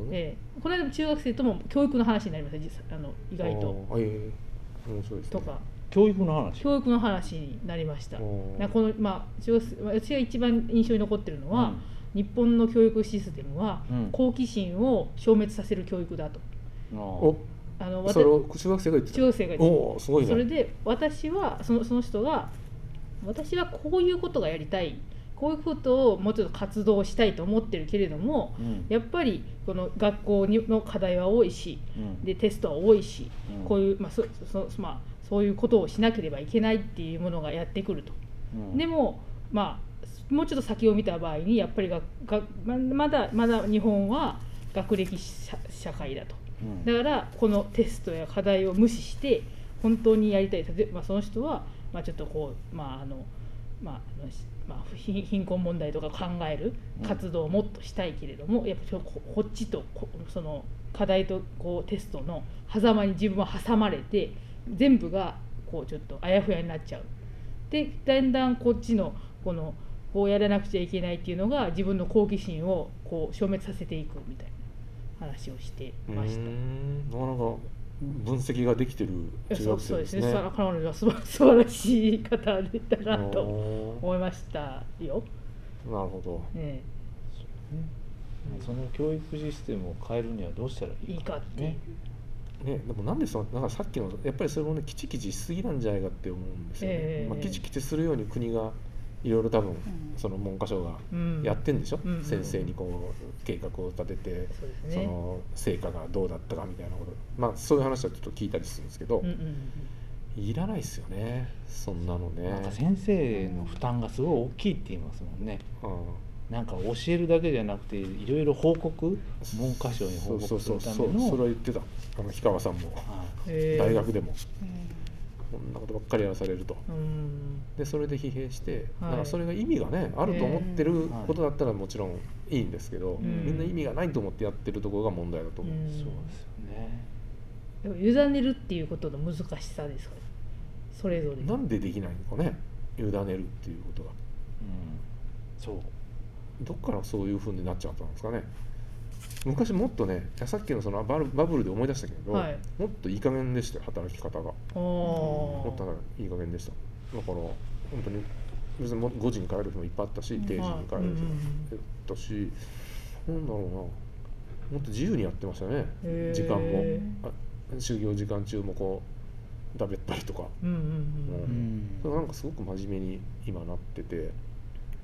この間も中学生とも教育の話になりました実際あの意外とああいえいえ面白いです、ね、とか教育の話教育の話になりましたおーなこのまあ中学生私が一番印象に残ってるのは、うん日本の教育システムは、うん好奇心を消滅させる教育だとおあのそれ私を中学生が言ってた中学生が言っておおすごいそれねで私はそのその人が私はこういうことがやりたいこういうことをもうちょっと活動したいと思ってるけれどもうんやっぱりこの学校にの課題は多いしうんでテストは多いしうんこういう、まあそそそまあ、そういうことをしなければいけないっていうものがやってくると。うんでも、まあ、もうちょっと先を見た場合にやっぱりががままだまだ日本は学歴社社会だとうんだからこのテストや課題を無視して本当にやりたい例えば、まあ、その人は、まあ、ちょっとこうまああのまああのしまあ、貧貧困問題とか考えるうん活動をもっとしたいけれども、やっぱちょここっちとこその課題とこうテストの狭間に自分は挟まれて全部がこうちょっとあやふやになっちゃうでだんだんこっちのこのこうやらなくちゃいけないっていうのが自分の好奇心をこう消滅させていくみたいな話をしてうーました。んなかなか分析ができてるいや中そう学生でそうですすね。ねその彼女は素晴素晴らしい方でたなとおー思いましたよ。なるほどねその教育システムを変えるにはどうしたらえ、いいいいかかっていう。ね、でもなんでそなんかさっきのやっぱりそれもねキチキチしすぎなんじゃないかって思うんですよね、ええまあ、キチキチするように国がいろいろ多分その文科省がうん。やってんでしょ、うんうん先生にこう計画を立てて、そうですそね。の成果がどうだったかみたいなことまあそういう話はちょっと聞いたりするんですけど、うんうんうん。いらないですよねそんなのねなんか先生の負担がすごい大きいって言いますもんねうんなんか教えるだけじゃなくていろいろ報告文科省に報そう告すそうるたそうめそうのそれは言ってたあの氷川さんもはいええ大学でも、うんこんなことばっかりやらされるとうん。でそれで疲弊して、はだいからそれが意味がねあると思ってることだったらもちろんいいんですけど、うんみんな意味がないと思ってやってるところが問題だと思う、うんそうですよねでも委ねるっていうことの難しさですかね。それぞれ。なんでできないのかね委ねるっていうことがうんそうどっからそういうふうになっちゃったんですかね昔もっとねいやさっきのそのバルバブルで思い出したけど、はいもっといい加減でしたよ働き方がもおっおと。いい加減でしただから本当に別にもう5時に帰る日もいっぱいあったし定時に帰る日もあったし、なんだろうなもっと自由にやってましたねへー時間もあ就業時間中もこうだべったりとかうんうんううんんそれなんかすごく真面目に今なってて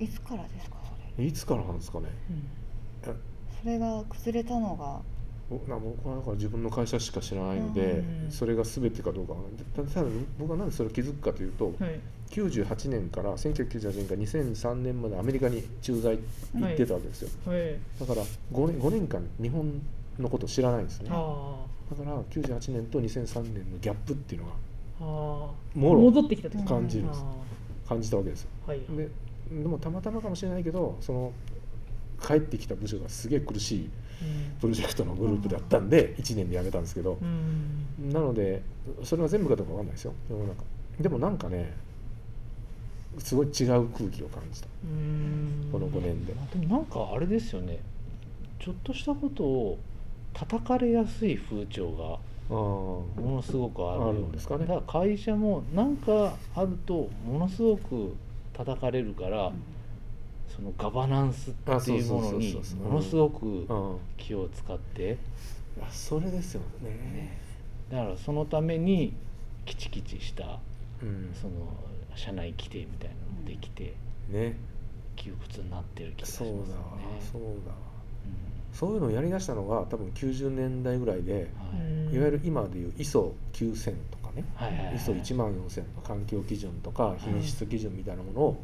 いつからですかそれいつからなんですかねうん。それが崩れたのが僕な僕はだから自分の会社しか知らないのでうんそれが全てかどうかわからないたただ僕はなんでそれを気づくかというとうん。はい。 98年から1998年から2003年までアメリカに駐在行ってたわけですよ、はい。だから5年 ,5 年間日本のことを知らないんですねだかあら98年と2003年のギャップっていうのがあ。ああ。もろ戻ってきたってこと感じるんですあ感じたわけですよあはい。ででもたまたまかもしれないけどその帰ってきた部署がすげえ苦しいプロジェクトのグループだったんで1年で辞めたんですけどうん。うん。なのでそれは全部かどうかわかんないですよ世の中でもなんかねすごい違う空気を感じたうん。この5年でまあでもなんかあれですよねちょっとしたことを叩かれやすい風潮があーものすごくあるよあうるんですかねだから会社もなんかあるとものすごく叩かれるから、そのガバナンスっていうものにあそうそうそうそうそうものすごくうん気を使って、あそれですよねだからそのためにキチキチしたうんその社内規定みたいなのもできてね窮屈になってる気がしそまうすよね。だわそうだわうんそういうのをやりだしたのが多分90年代ぐらいでうはいん。いわゆる今でいう ISO9000 とかねはいはいはい ISO1 万4000の環境基準とか品質基準みたいなものを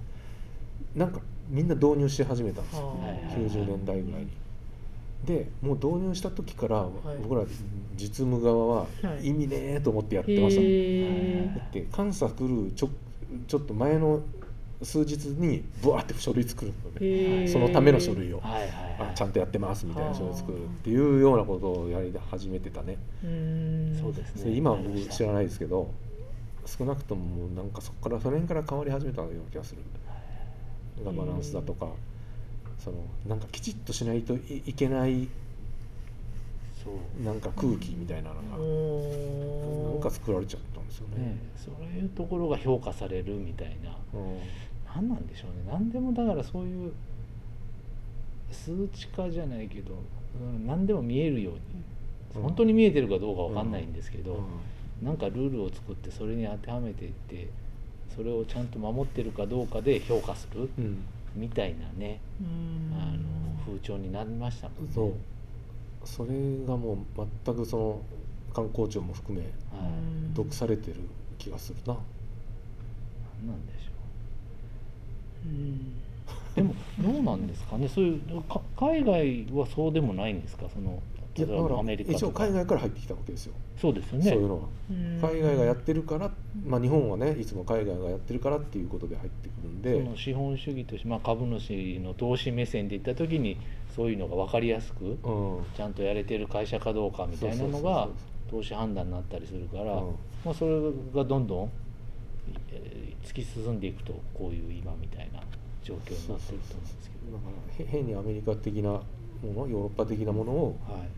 なんかみんな導入し始めたんですよはあ90年代ぐらいに。でもう導入した時からい僕ら実務側ははい意味ねえと思ってやってましたもんへはえいだって監査来るちょちょっと前の数日にブワーって書類作るのでへーそのための書類をはいはいはあいちゃんとやってますみたいな書類作るっていうようなことをやり始めてたね。うーんそうですでね今はありま僕した知らないですけど少なくともなんかそこからその辺から変わり始めたような気がするガバナンスだとかそのなんかきちっとしないといいけないそうなんか空気みたいなのが、なおんか作られちゃったんですよね。ねそういうところが評価されるみたいなうん何なんでしょうね何でもだからそういう数値化じゃないけど、うん、何でも見えるよううに、ん本当に見えてるかどうかわかんないんですけど、うんなんかルールを作ってそれに当てはめていってそれをちゃんと守ってるかどうかで評価するうん、みたいなね、うんあの風潮になりましたもんね。そうそれがもう全くその観光庁も含めうはいん毒されてる気がするな、何なんでしょうんうでもどうなんですかねそういうか海外はそうでもないんですかそのい例えやだかばアらメリカ一と応か海外から入ってきたわけですよ、そうですよねそういうのはうん海外がやってるから、まあ、日本はねいつも海外がやってるからっていうことで入ってくるんでその資本主義として、まあ、株主の投資目線でいった時にそういうのが分かりやすくうんちゃんとやれてる会社かどうかみたいなのが投資判断になったりするから、うんまあ、それがどんどんえー突き進んでいくとこういう今みたいな状況になってると思うんですだからけへ変にアメリカ的なものヨーロッパ的なものをど、はい、なん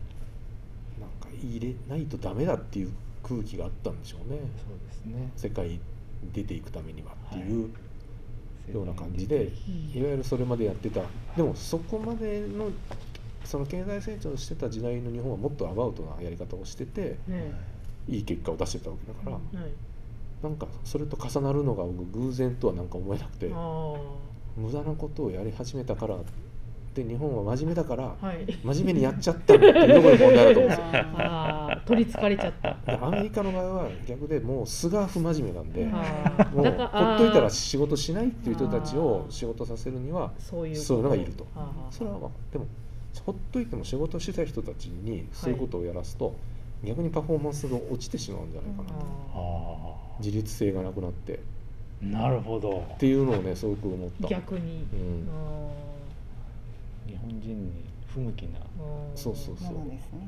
か入れないとダメだっていう空気があったんでしょうねそうですね世界に出ていくためにはっていう、ような感じ世界でにうんいわゆるそれまでやってたでもそこまでのその経済成長してた時代の日本はもっとアバウトなやり方をしててねいい結果を出してたわけだから、うんはいなんかそれと重なるのが僕偶然とはなんか思えなくてあ無駄なことをやり始めたからで日本は真面目だからあはい真面目にやっちゃったっていうところが問題だと思うんです よ。あああ取りつかれちゃ ったでアメリカの場合は逆でもう素が不真面目なんでうんあーもうだかほっといたあらー仕事しないっていう人たちを仕事させるにはそういうことそういうのがいるとあーそれはまあでもほっといても仕事してた人たちにそういうことをやらすと、逆にパフォーマンスが落ちてしまうんじゃないかな、ああ自律性がなくなってっーなるほどていうのをねすごく思ったー逆にううんん、日本人に不向きなうんそうそうそうなんですね。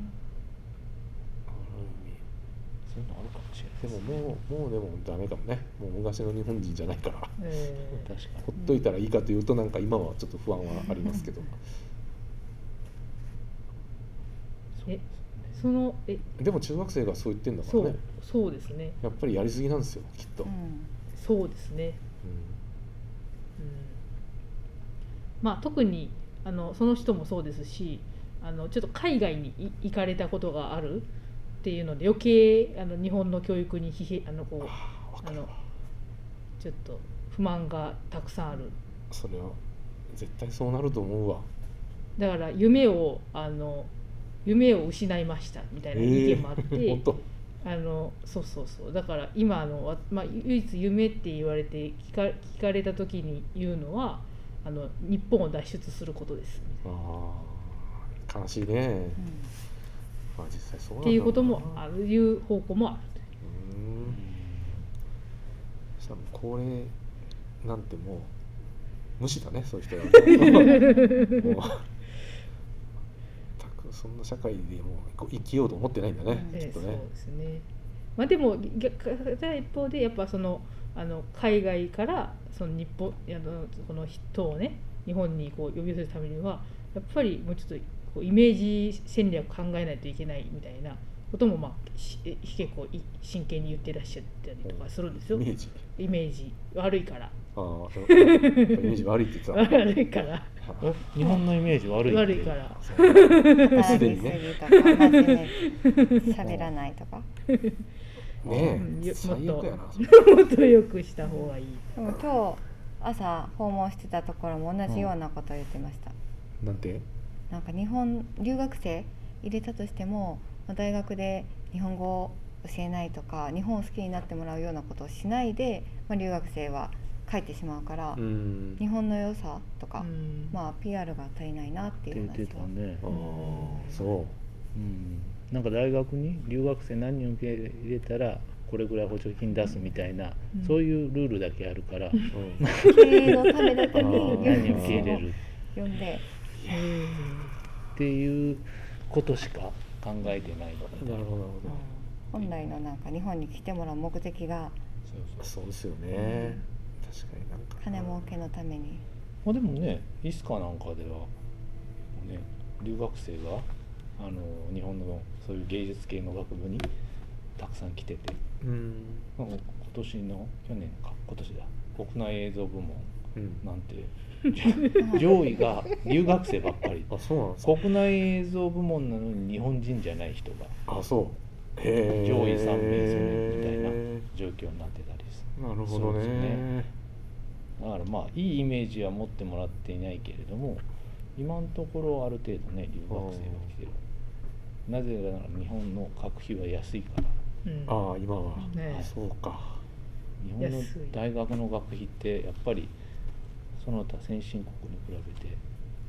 そういうのあるかもしれないでももうもうでもダメかもねもう昔の日本人じゃないからえー確かほっといたらいいかというとなんか今はちょっと不安はありますけどにそうですねそのえでも中学生がそう言ってんだかそらうねそうですねやっぱりやりすぎなんですよきっと、ううんん。そうですねうんまあ特にあのその人もそうですしあのちょっと海外にい行かれたことがあるっていうので余計あの日本の教育に疲弊あのこうああ分かるわあちょっと不満がたくさんあるそれは絶対そうなると思うわだから夢をあの夢を失いましたみたいな意見もあって、ええ本当あのそうそうそうだから今あの、わまあ、唯一夢って言われて聞か聞かれた時に言うのはあの日本を脱出することですああ悲しいね、うんまあ実際そうなんだろうなっていうこともあうるいう方向もあるうんんそしたらもう高齢なんてもう無視だねそういう人はもう全くそんな社会でもうこう生きようと思ってないんだね、うんきえっえとそうねですね。まあでも逆片一方でやっぱそのあの海外からその日本あのこの人をね日本にこう呼び寄せるためにはやっぱりもうちょっとこうイメージ戦略考えないといけないみたいなこともまあし結構い真剣に言ってらっしゃったりとかするんですイよメージイメージ悪いからああやっぱイメージ悪いって言って悪いからたえ日本のイメージ悪いって悪いから騒ぎすぎとか、真面目喋らないとか。ねうんえよ最もっ悪とやなそれもっと良くした方がいい。でも今日朝訪問してたところも同じようなことを言ってました。なんてなんか日本留学生入れたとしてもまあ大学で日本語を教えないとか日本を好きになってもらうようなことをしないで、まあ、留学生は帰ってしまうから、うん日本の良さとか、うんまあ、PR が足りないなっていう言っ話てをたねああそううんなんか大学に留学生何人受け入れたらこれぐらい補助金出すみたいな、うんそういうルールだけあるか ら、うん経営のためだけあにー何受け入れる呼んでうんっていうことしか考えてないのなるほどなるほど本来のなんか日本に来てもらう目的がそそうそううですよね、確かになんか金儲けのためにまあでもねイスカなんかでは、ね、留学生があの日本のそういう芸術系の学部にたくさん来てて、うんまあ、今年の去年か今年だ国内映像部門うんなんて上位が留学生ばっかりあそうなんですか国内映像部門なのに日本人じゃない人があそうへえ上位3名みたいな状況になってたりするなるほどそうですねねだからまあいいイメージは持ってもらっていないけれども今のところある程度ね留学生が来てるなぜなら日本の学費は安いからうんああ今はねそうか日本の安い大学の学費ってやっぱりその他先進国に比べて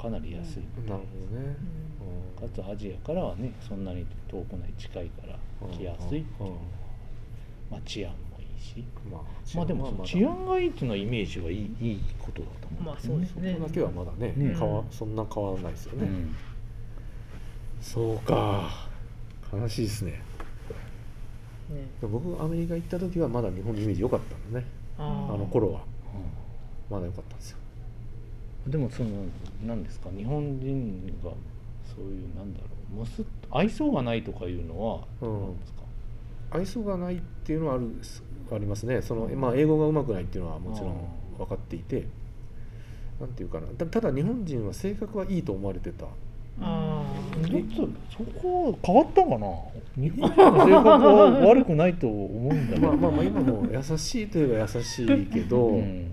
かなり安い、なるほどねうんかつアジアからはねそんなに遠くない近いから来やすいっていうのは、まあ、治安もいいしうんまあまあでもその治安がいいっていうのはイメージはいいいいことだと思う、まあそうですねそこだけはまだねね変わそんな変わらないですようねん、そうか悲しいですねねでも僕アメリカ行った時はまだ日本のイメージ良かったんだねああーの頃はまだ良かったんですようんでもその何ですか日本人がそういうなんだろうむすっと愛想がないとかいうのはうんどうなんですか、愛想がないっていうのはあるありますねその、まあ、英語がうまくないっていうのはもちろんうん分かっていてなんていうかなたただ日本人は性格はいいと思われてたあちーょっとそこは変わったかな日本人の性格は悪くないと思うんだ けまどあまあまあ今も優しいといえば優しいけど、うん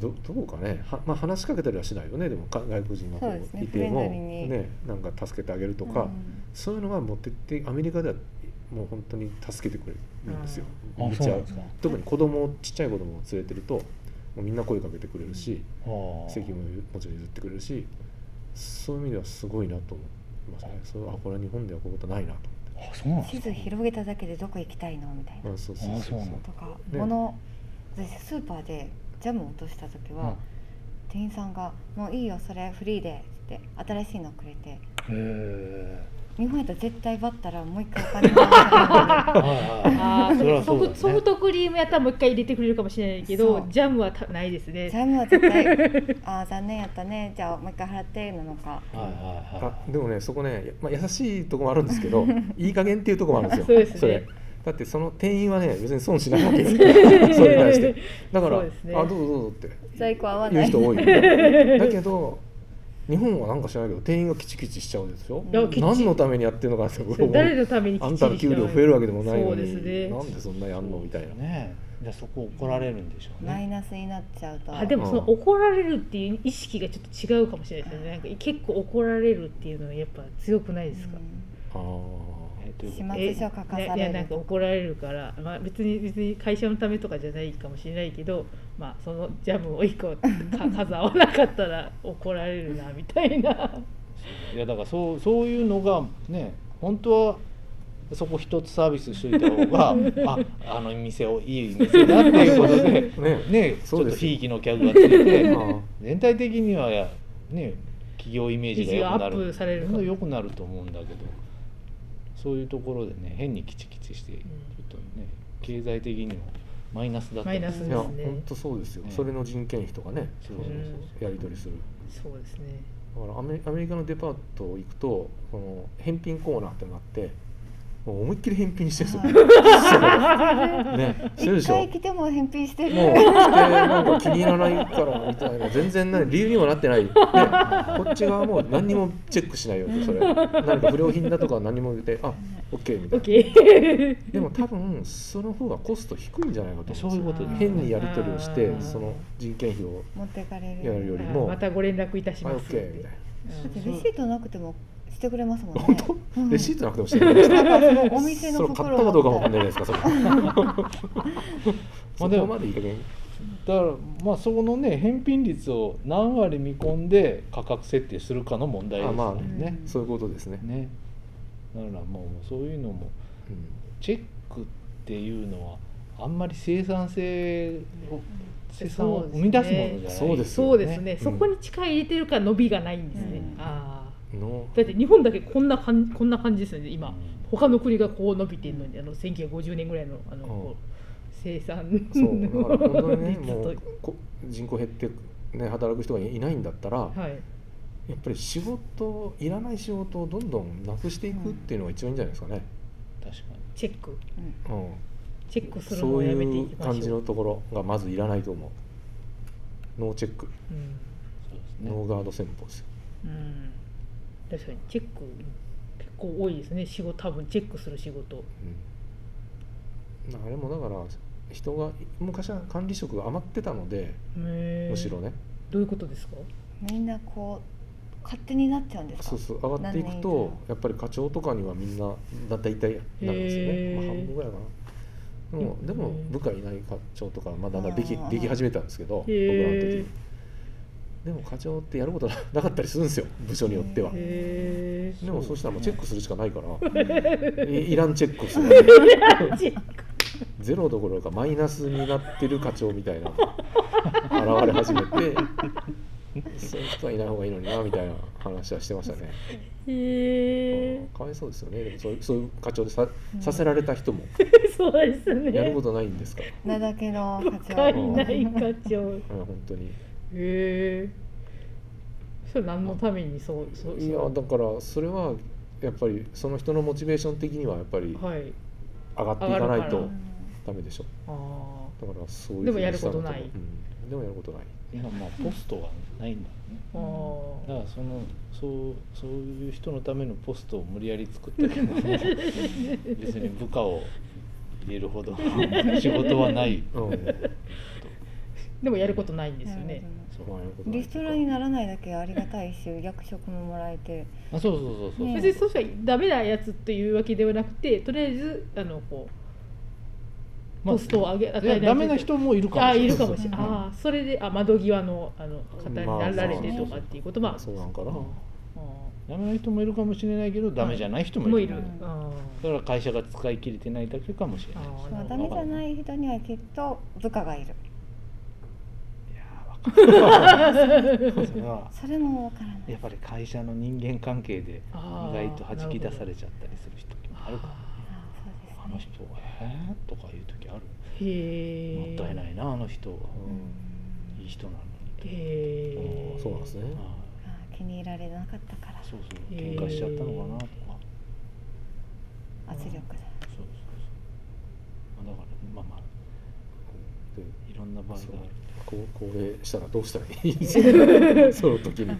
どどうかねは、まあ、話しかけたりはしないよねでもか外国人がこそうですうねいてもフレンドリーになんか助けてあげるとか、そういうのは持ってってアメリカではもう本当に助けてくれるんですよ。あめっそうちゃなんですか特に子供をちっちゃい子供を連れてるともうみんな声かけてくれるし。はあ席ももちろん譲ってくれるしそういう意味ではすごいなと思いますねそうあこれは日本ではこういうことないなとあそうなん地です図か広げただけでどこ行きたいのみたいな思ってあそうそうあそそううそなうんだとか、ね物私スーパーでジャムを落とした時は、うん店員さんが「もういいよそれフリーで」って新しいのくれてへえ日本やったら絶対バったらもう一回お金がああーそれはソそうだフねソフトクリームやったらもう一回入れてくれるかもしれないけどそうジャムはたないですねジャムは絶対「ああ残念やったねじゃあもう一回払って」なのかはいはいはあでもねそこね、まあ、優しいとこもあるんですけ どいい加減っていうとこもあるんですよそうですねれだってその店員はね別に損しないわ けですよそれに対してだから、そうですねあどうぞどうぞって在庫合わ言なうい人多い だけど日本はなんか知らないけど店員がキチキチしちゃうでしょいやきっちり何のためにやってるのかって僕それ思誰うのためにきあっんちたりのした給の料増えるわけでもないのそうに、ですねなんでそんなやんのみたいなねじゃあそこ怒られるんでしょうマイねナスになっちゃうとあでもそうのん怒られるっていう意識がちょっと違うかもしれないですねなんか結構怒られるっていうのはやっぱ強くないですか、あえとういんうこと始え末書書かさいやいやれなんるかと怒られるから、まあ、別に別に会社のためとかじゃないかもしれないけど、まあ、そのジャムを1個か数合わなかったら怒られるなみたいな。いやだからそうそういうのがね本当はそこ一つサービスしといた 方がああの店をいい店だっていうこと であねねちそょうっでとすよひいきの客がついてあ全体的にはやね企業イメージが良くなイメージがアッるプされるどんどん良くなると思うんだけどそういうところでね変にキチキチしてちょっとね経済的にもマイナスだったりマイナスいでやすね本当そうですよ、ねそれの人件費とかねそうそうそうそうやり取りするそうですね。だからアメアメリカのデパート行くとこの返品コーナーってのがあってもう思いっきり返品してるんですよ、 ねしてるで一しょも回う来ても返品してるでなんか気に入らないからみたいな全然ない理由にもなってない、ね、こっち側もう何にもチェックしないよそれ何か不良品だとか何も言ってあオッケーみたいな OK。でも多分その方がコスト低いんじゃないかと思うんですよそういうことです変にやり取りをしてあーその人件費を持ってかれるやるよりあもまたご連絡いたしはいまオすッケーみたいだってうレんシートなくてもしてくれますもんね本当うんなレシートなくてもしてくれるなんかそのお店そのれ袋買ったかどうかも持分かんったないらですか それそでもこまでいい加減だからまあそこのね返品率を何割見込んで価格設定するかの問題ですあよまあねうんそういうことですね、ねだからもうそういうのもうんチェックっていうのはあんまり生産性を生産を生み出すものじゃないそうですそうですね。んそこに力入れてるから伸びがないんですね。うんああ。のだって日本だけこんな感じこんな感じですよね今。うん他の国がこう伸びてるのにあの1950年ぐらいのあの、うんこう生産そう だから本当にね率ともうこ人口減ってね働く人がいないんだったら、はいやっぱり仕事いらない仕事をどんどんなくしていくっていうのが一番いいんじゃないですかね、確かチェックうんうんチェックするのそをうやめていいうきま感じしょのうところがまずいらないと思うノーチェック、うんにそうですノーねガード戦法ですようん、確かにチェック結構多いですね仕事多分チェックする仕事うん、あれもだから人が昔は管理職が余ってたのでへーむしろねどういうことですかみんなこう勝手になっちゃうんですかそうそう上がっていくとやっぱり課長とかにはみんなだ大体なるんですよへね、ーまあ、半分ぐらいかなでもうんでも部下いない課長とかまあだんだんできあーでき始めたんですけど僕らのへ時でも課長ってやることななかったりするんですよ部署によってはへえでもそうしたらもうチェックするしかないから うんいいらんチェックするチェックゼロどころかマイナスになってる課長みたいな現れ始めてそういう人はいない方がいいのになみたいな話はしてましたねへえかわいそうですよねでもそういうそういう課長でさうんさせられた人 もそうですねやることないんですから、名だけの課が長いない課長へうん本当にえそれ何のためにそうそういやだからそれはやっぱりその人のモチベーション的にはやっぱりはい上がっていかない上がるとかダメでしょあだからそういうでもやるふうにしたんだ思ことうないうんでもやることない今まあポストがないんだろうあねあだからそのそうそういう人のためのポストを無理やり作ったけども 別に部下を入れるほど仕事はないうん、まあやるでもやることないんですよなるねほどそうことないリストラにならないだけありがたいし役職ももらえてあそうそうそうそう、ね別にそうしたらダメなやつというわけではなくてとりあえずあのこうまあポストを上げ、与えいられやてダメな人もいるかもしあれないいるかもしれうない、んああそれであ窓際のあの方になられてとかっていうことまあそうなんかな、あダメな人もいるかもしれないけどダメじゃない人あももういいる,、る、うんあだから会社が使い切れてないだけかもしれあないああまなあるダほメどじゃない人にはきっと部下がいるそれ はそれもわからないやっぱり会社の人間関係で意あー外と弾き出されちゃったりする人もあるからああそうのです人ねえー、とかいう時あるへえもったいないなあの人うんいい人なのへに、えうんそうなんですね、ああ気に入られなかったからあそうそうへ喧ー嘩しちゃったのかなとか圧そうそ力だうそうまあだからまあまあでいろんな場合があるこう高齢したらどうしたらいいんですかその時に